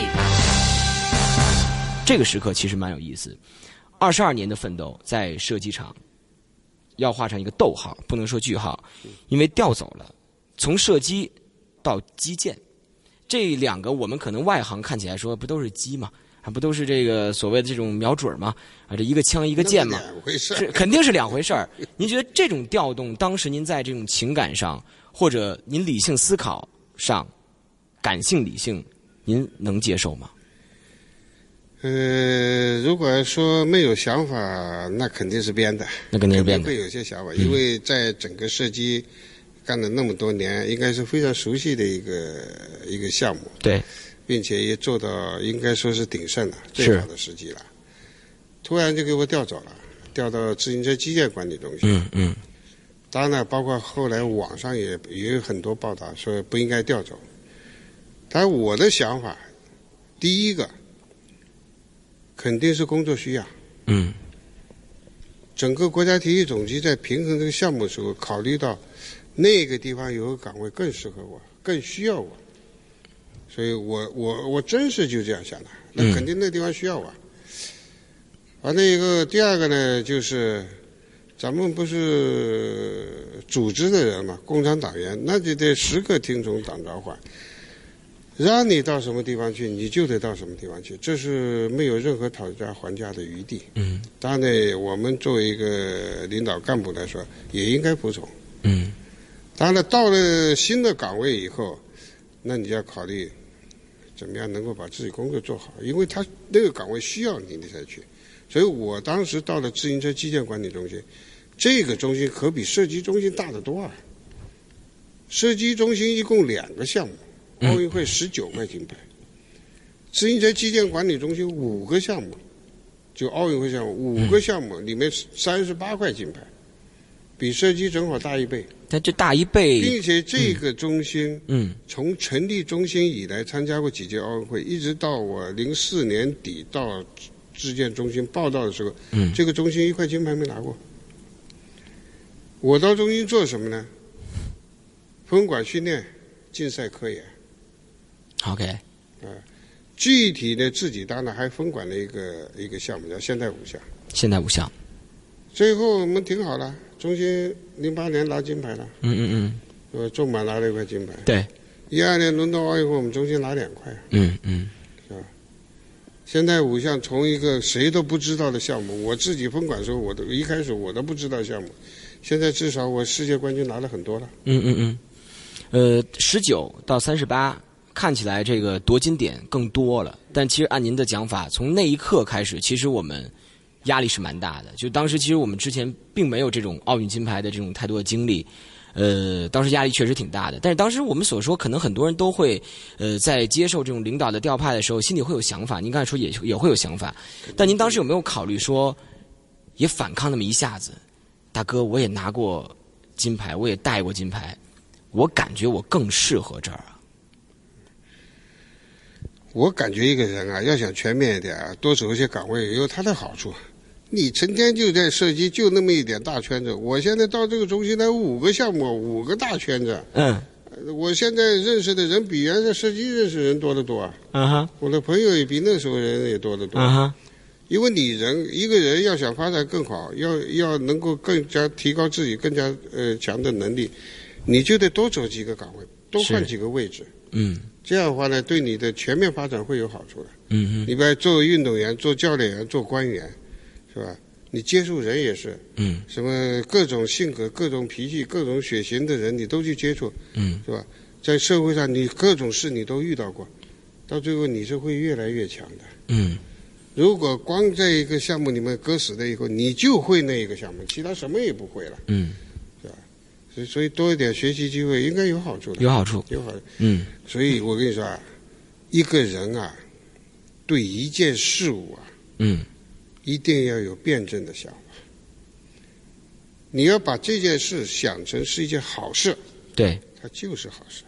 Speaker 3: 这个时刻其实蛮有意思。二十二年的奋斗在射击场要画上一个逗号，不能说句号，因为调走了。从射击到击剑，这两个我们可能外行看起来说不都是击吗？还不都是这个所谓的这种瞄准吗？啊，这一个枪一个剑吗？
Speaker 4: 两回事
Speaker 3: 是
Speaker 4: 儿。
Speaker 3: 肯定是两回事儿。您觉得这种调动，当时您在这种情感上，或者您理性思考上，感性理性，您能接受吗？
Speaker 4: 呃，如果说没有想法，那肯定是编的，
Speaker 3: 那肯定是
Speaker 4: 肯
Speaker 3: 变
Speaker 4: 定
Speaker 3: 的。嗯
Speaker 4: 会有些想法，因为在整个射击干了那么多年，应该是非常熟悉的一个一个项目。
Speaker 3: 对，
Speaker 4: 并且也做到应该说是鼎盛了，
Speaker 3: 是
Speaker 4: 最好的时机了。突然就给我调走了，调到自行车基建管理中心。
Speaker 3: 嗯嗯。
Speaker 4: 当然，包括后来网上也也有很多报道说不应该调走。但我的想法，第一个肯定是工作需要。
Speaker 3: 嗯
Speaker 4: 整个国家体育总局在平衡这个项目的时候，考虑到那个地方有个岗位更适合我，更需要我，所以我我我真是就这样想的，那
Speaker 3: 嗯
Speaker 4: 肯定那地方需要我。完了以后，第二个呢，就是咱们不是组织的人嘛，共产党员，那就得时刻听从党召唤。让你到什么地方去，你就得到什么地方去，这是没有任何讨价还价的余地。
Speaker 3: 嗯
Speaker 4: 当然呢，我们作为一个领导干部来说，也应该服从。
Speaker 3: 嗯
Speaker 4: 当然了，到了新的岗位以后，那你要考虑怎么样能够把自己工作做好，因为他那个岗位需要你，你才去。所以我当时到了自行车基建管理中心，这个中心可比射击中心大得多啊！射击中心一共两个项目，
Speaker 3: 嗯
Speaker 4: 奥运会十九块金牌，自行车基建管理中心五个项目，就奥运会项目五个项目里面三十八块金牌，比射击正好大一倍。
Speaker 3: 但这大一倍，
Speaker 4: 并且这个中心
Speaker 3: 嗯
Speaker 4: 从成立中心以来，参加过几届奥运会，一直到我零四年底到质检中心报道的时候，
Speaker 3: 嗯
Speaker 4: 这个中心一块金牌没拿过。我到中心做什么呢？分管训练、竞赛科研，
Speaker 3: ，OK，
Speaker 4: 具体的自己当然还分管了一个一个项目叫现代五项。
Speaker 3: 现代五项，
Speaker 4: 最后我们挺好了，中心零八年拿金牌了，
Speaker 3: 嗯嗯
Speaker 4: 呃，重马拿了一块金牌。
Speaker 3: 对，
Speaker 4: 一二年伦敦奥运会我们中心拿两块。
Speaker 3: 嗯嗯嗯
Speaker 4: 现在五项从一个谁都不知道的项目，我自己分管的时候，我都一开始我都不知道项目，现在至少我世界冠军拿了很多了。
Speaker 3: 嗯嗯嗯，呃，十九到三十八，看起来这个夺金点更多了，但其实按您的讲法，从那一刻开始，其实我们压力是蛮大的。就当时其实我们之前并没有这种奥运金牌的这种太多的经历，呃，当时压力确实挺大的。但是当时我们所说，可能很多人都会，呃，在接受这种领导的调派的时候，心里会有想法。您刚才说也也会有想法，但您当时有没有考虑说，也反抗那么一下子？大哥，我也拿过金牌，我也带过金牌，我感觉我更适合这儿啊。
Speaker 4: 我感觉一个人啊，要想全面一点啊，多走一些岗位也有它的好处。你成天就在射击，就那么一点大圈子。我现在到这个中心来，五个项目，五个大圈子。
Speaker 3: 嗯
Speaker 4: 呃我现在认识的人比原来射击认识人多得多啊，
Speaker 3: 嗯哈
Speaker 4: 我的朋友也比那时候人也多得啊多。
Speaker 3: 嗯哈
Speaker 4: 因为你人一个人要想发展更好，要要能够更加提高自己更加呃强的能力，你就得多走几个岗位，多换
Speaker 3: 是
Speaker 4: 几个位置。
Speaker 3: 嗯
Speaker 4: 这样的话呢，对你的全面发展会有好处的。
Speaker 3: 嗯
Speaker 4: 你把作为运动员、做教练员、做官员，是吧？你接触人也是，
Speaker 3: 嗯
Speaker 4: 什么各种性格、各种脾气、各种血型的人，你都去接触，
Speaker 3: 嗯
Speaker 4: 是吧？在社会上，你各种事你都遇到过，到最后你是会越来越强的。
Speaker 3: 嗯
Speaker 4: 如果光在一个项目里面割死了以后，你就会那一个项目，其他什么也不会了。
Speaker 3: 嗯，
Speaker 4: 所以，所以多一点学习机会应该有好处的，
Speaker 3: 有好处。
Speaker 4: 有好。
Speaker 3: 嗯
Speaker 4: 所以我跟你说啊，一个人啊，对一件事物啊，
Speaker 3: 嗯
Speaker 4: 一定要有辩证的想法。你要把这件事想成是一件好事，
Speaker 3: 对，
Speaker 4: 它就是好事；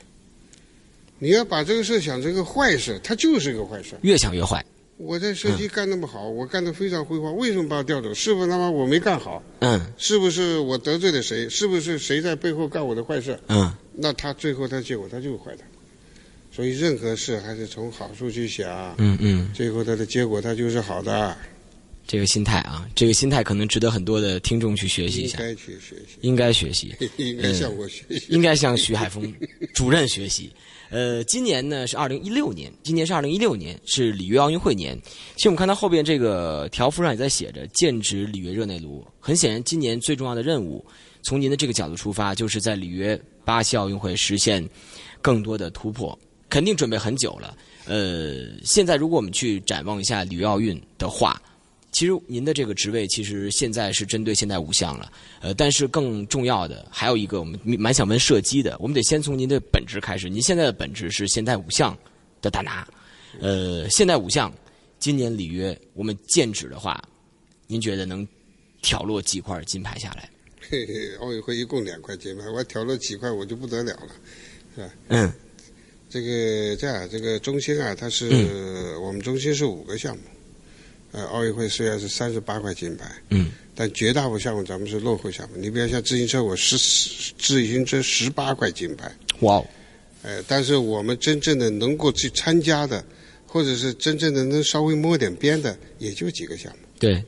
Speaker 4: 你要把这个事想成个坏事，它就是个坏事。
Speaker 3: 越想越坏。
Speaker 4: 我在射击干那么好，我干得非常辉煌，为什么把我调走？是不是他妈我没干好？
Speaker 3: 嗯
Speaker 4: 是不是我得罪了谁？是不是谁在背后干我的坏事？
Speaker 3: 嗯
Speaker 4: 那他最后他结果他就是坏的。所以任何事还是从好处去想，
Speaker 3: 嗯嗯，
Speaker 4: 最后他的结果他就是好的，
Speaker 3: 这个心态啊，这个心态可能值得很多的听众去学习一
Speaker 4: 应
Speaker 3: 下，
Speaker 4: 该去学习，
Speaker 3: 应该学习。
Speaker 4: 应该向我学习。
Speaker 3: 应该向徐海峰主任学习。呃，今年呢是二零一六年，今年是二零一六年，是里约奥运会年。其实我们看到后边这个条幅上也在写着“剑指里约热内卢”。很显然，今年最重要的任务，从您的这个角度出发，就是在里约巴西奥运会实现更多的突破。肯定准备很久了。呃，现在如果我们去展望一下里约奥运的话，其实您的这个职位其实现在是针对现代五项了。呃，但是更重要的还有一个，我们蛮想问射击的。我们得先从您的本职开始。您现在的本职是现代五项的大拿，呃，现代五项今年里约我们剑指的话，您觉得能挑落几块金牌下来？
Speaker 4: 嘿嘿奥运会一共两块金牌，我挑了几块我就不得了了。
Speaker 3: 嗯
Speaker 4: 这个这样，这个中心啊，它是、
Speaker 3: 嗯
Speaker 4: 我们中心是五个项目，呃，奥运会虽然是三十八块金牌，
Speaker 3: 嗯
Speaker 4: 但绝大部分项目咱们是落后项目。你比如像自行车，我十自行车十八块金牌，
Speaker 3: 哇哦，
Speaker 4: 呃，但是我们真正的能够去参加的，或者是真正的能稍微摸点边的，也就几个项目。
Speaker 3: 对，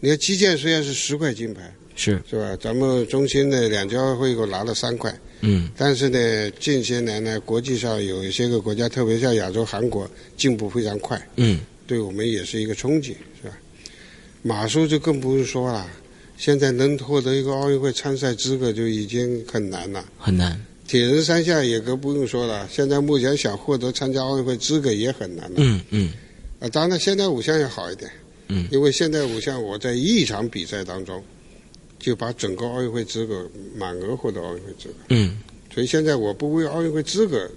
Speaker 4: 你看击剑虽然是十块金牌，
Speaker 3: 是，
Speaker 4: 是吧？咱们中心呢，两届奥运会给我拿了三块，
Speaker 3: 嗯，
Speaker 4: 但是呢，近些年呢，国际上有一些个国家，特别像亚洲韩国，进步非常快，
Speaker 3: 嗯，
Speaker 4: 对我们也是一个冲击，是吧？马术就更不用说了，现在能获得一个奥运会参赛资格就已经很难了。
Speaker 3: 很难，
Speaker 4: 铁人三项也更不用说了，现在目前想获得参加奥运会资格也很难了。
Speaker 3: 嗯嗯
Speaker 4: 啊，当然现代五项要好一点，
Speaker 3: 嗯
Speaker 4: 因为现代五项我在一场比赛当中就把整个奥运会资格满额获得奥运会资格，
Speaker 3: 嗯，
Speaker 4: 所以现在我不为奥运会资格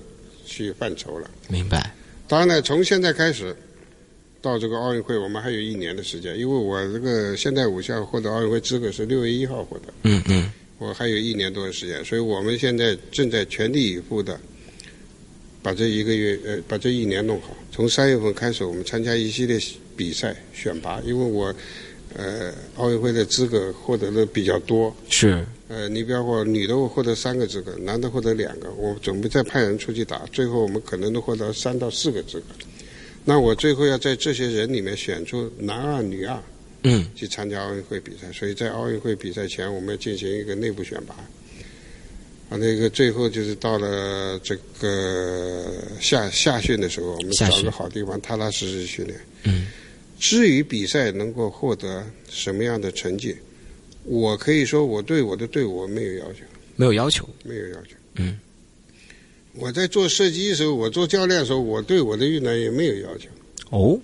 Speaker 4: 去犯愁了。
Speaker 3: 明白，
Speaker 4: 当然了，从现在开始到这个奥运会，我们还有一年的时间，因为我这个现代五项获得奥运会资格是六月一号获得，
Speaker 3: 嗯嗯
Speaker 4: 我还有一年多的时间，所以我们现在正在全力以赴的。把这一个月，呃，把这一年弄好。从三月份开始，我们参加一系列比赛选拔，因为我，呃，奥运会的资格获得的比较多，
Speaker 3: 是，
Speaker 4: 呃，你比方说女的我获得三个资格，男的获得两个，我准备再派人出去打，最后我们可能能获得三到四个资格。那我最后要在这些人里面选出男二、女二
Speaker 3: 嗯
Speaker 4: 去参加奥运会比赛，所以在奥运会比赛前，我们要进行一个内部选拔。啊，那个最后就是到了这个下下旬的时候，我们
Speaker 3: 下
Speaker 4: 找
Speaker 3: 旬
Speaker 4: 个好地方踏踏实实训练。
Speaker 3: 嗯
Speaker 4: 至于比赛能够获得什么样的成绩，我可以说我对我的队伍没有要求。
Speaker 3: 没有要求，
Speaker 4: 没有要求。
Speaker 3: 嗯，
Speaker 4: 我在做射击的时候，我做教练的时候，我对我的运动员也没有要求，
Speaker 3: 哦，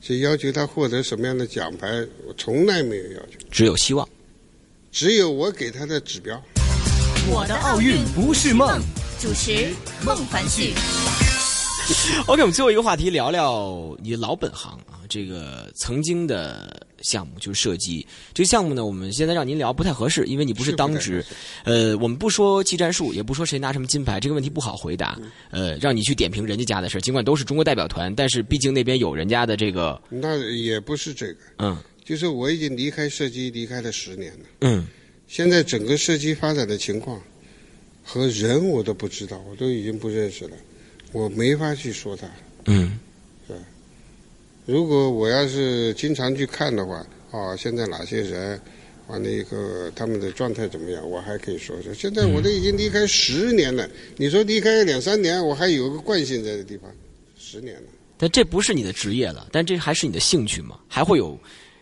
Speaker 4: 是要求他获得什么样的奖牌，我从来没有要求，
Speaker 3: 只有希望。
Speaker 4: 只有我给他的指标。
Speaker 2: 我的奥运不是梦。
Speaker 1: 主持孟凡旭。
Speaker 3: OK，我们最后一个话题聊聊你的老本行啊，这个曾经的项目就是射击。这个项目呢，我们现在让您聊不太合适，因为你不是
Speaker 4: 是不太
Speaker 3: 当
Speaker 4: 合
Speaker 3: 职
Speaker 4: 适。
Speaker 3: 呃，我们不说技战术，也不说谁拿什么金牌，这个问题不好回答。呃，让你去点评人家家的事儿，尽管都是中国代表团，但是毕竟那边有人家的这个，
Speaker 4: 那也不是这个，
Speaker 3: 嗯
Speaker 4: 就是我已经离开射击离开了十年了，
Speaker 3: 嗯
Speaker 4: 现在整个射击发展的情况和人我都不知道，我都已经不认识了，我没法去说他。
Speaker 3: 嗯
Speaker 4: 如果我要是经常去看的话，啊，现在哪些人，啊，那个他们的状态怎么样，我还可以说说。现在我都已经离开十年了，你说离开两三年，我还有个惯性在的地方，十年了。
Speaker 3: 但这不是你的职业了，但这还是你的兴趣嘛？还会有，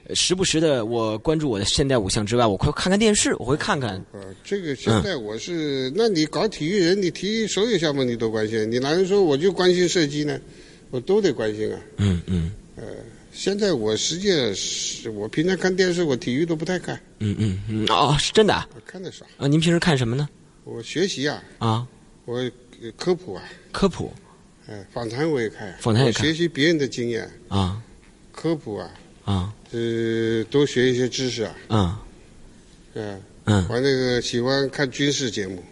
Speaker 3: 呃时不时的我关注我的现代五项之外，我会看看电视，我会看看。
Speaker 4: 啊，这个现在我是，那你搞体育人，你体育所有项目你都关心，你哪能说我就关心射击呢？我都得关心啊。
Speaker 3: 嗯嗯
Speaker 4: 现在我实际上是，我平常看电视，我体育都不太看，
Speaker 3: 嗯嗯嗯，哦，是真的啊！
Speaker 4: 我看的少。
Speaker 3: 啊您平时看什么呢？
Speaker 4: 我学习啊，
Speaker 3: 啊，
Speaker 4: 我呃科普啊，
Speaker 3: 科普
Speaker 4: 哎，访谈我也看，
Speaker 3: 访谈也
Speaker 4: 我
Speaker 3: 看
Speaker 4: 学习别人的经验，
Speaker 3: 啊
Speaker 4: 科普啊，
Speaker 3: 啊
Speaker 4: 呃，多学一些知识啊，
Speaker 3: 啊
Speaker 4: 嗯，
Speaker 3: 嗯
Speaker 4: 我那个喜欢看军事节目，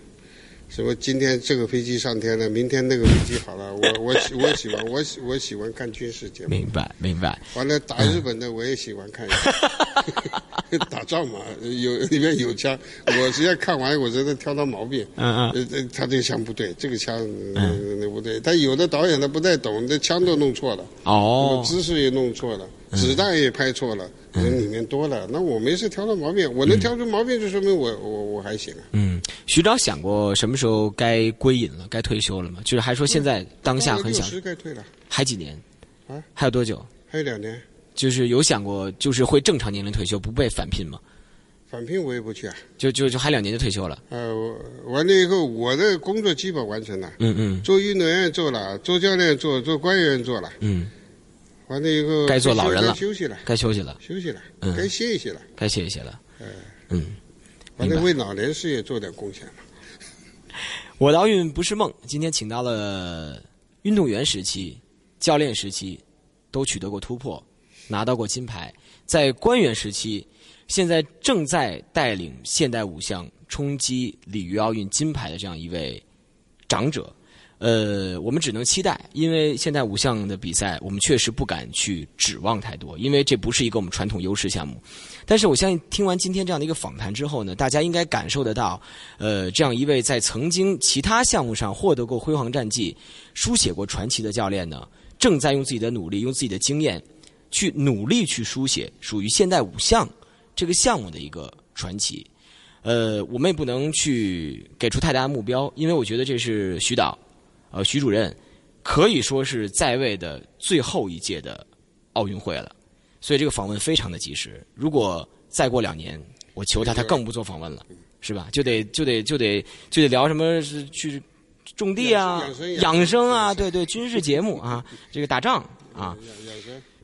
Speaker 4: 什么今天这个飞机上天了，明天那个飞机好了， 我我喜我喜欢我喜我喜欢看军事节目，
Speaker 3: 明嗯白明白，
Speaker 4: 完了打日本的我也喜欢看 一下。打仗嘛，有里面有枪，我实际上看完我真的挑到毛病。
Speaker 3: 嗯嗯
Speaker 4: 呃，呃他这个枪不对，这个枪呃那不对。但有的导演他不太懂，这枪都弄错了。
Speaker 3: 哦，嗯
Speaker 4: 姿势也弄错了，子弹也拍错了，人里面多了。那我没事挑到毛病，我能挑出毛病，就说明我我我还行啊。
Speaker 3: 嗯，徐长想过什么时候该归隐了，该退休了吗？就是还说现在当下很
Speaker 4: 六
Speaker 3: 想，
Speaker 4: 十该退了，
Speaker 3: 还几年
Speaker 4: 啊？
Speaker 3: 还有多久？
Speaker 4: 还有两年，
Speaker 3: 就是有想过，就是会正常年龄退休，不被返聘吗？
Speaker 4: 返聘我也不去啊。
Speaker 3: 就就就还两年就退休了。
Speaker 4: 呃，我完了以后，我的工作基本完成了，
Speaker 3: 嗯嗯
Speaker 4: 做运动员也做了，做教练也做，做官员也做了。
Speaker 3: 嗯，
Speaker 4: 完了以后，
Speaker 3: 该做老人了
Speaker 4: 休息了，
Speaker 3: 该休息了，
Speaker 4: 休息了
Speaker 3: 嗯，
Speaker 4: 该歇一歇了。
Speaker 3: 该歇一歇了。嗯。
Speaker 4: 完
Speaker 3: 明
Speaker 4: 了
Speaker 3: 白
Speaker 4: 为老年事业做点贡献嘛。
Speaker 3: 我的奥运不是梦，今天请到了运动员时期、教练时期都取得过突破，拿到过金牌，在官员时期，现在正在带领现代五项冲击里约奥运金牌的这样一位长者。呃，我们只能期待，因为现代五项的比赛，我们确实不敢去指望太多，因为这不是一个我们传统优势项目。但是我相信，听完今天这样的一个访谈之后呢，大家应该感受得到，呃，这样一位在曾经其他项目上获得过辉煌战绩、书写过传奇的教练呢，正在用自己的努力、用自己的经验，去努力去书写属于现代五项这个项目的一个传奇。呃，我们也不能去给出太大的目标，因为我觉得这是徐导，呃，徐主任可以说是在位的最后一届的奥运会了，所以这个访问非常的及时。如果再过两年，我求他，他更不做访问了，是吧？就得就得就得就得聊什么是去种地啊
Speaker 4: 养生、养生
Speaker 3: 养生啊，对对，军事节目啊， 这个打仗啊，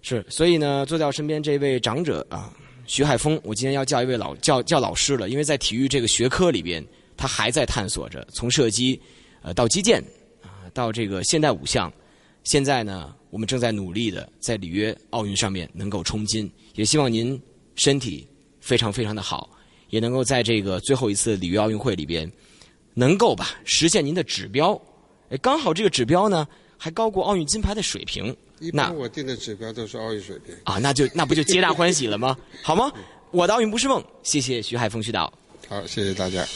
Speaker 3: 是，所以呢，坐在我身边这位长者啊，徐海峰，我今天要叫一位老叫叫老师了，因为在体育这个学科里边，他还在探索着，从射击，呃，到击剑，啊、到这个现代五项，现在呢，我们正在努力的在里约奥运上面能够冲金，也希望您身体非常非常的好，也能够在这个最后一次里约奥运会里边，能够吧实现您的指标，哎，刚好这个指标呢还高过奥运金牌的水平，
Speaker 4: 一
Speaker 3: 那
Speaker 4: 般我定的指标都是奥运水平。
Speaker 3: 啊，那就那不就皆大欢喜了吗？好吗？我的奥运不是梦，谢谢徐海峰徐导。
Speaker 4: 好，谢谢大家。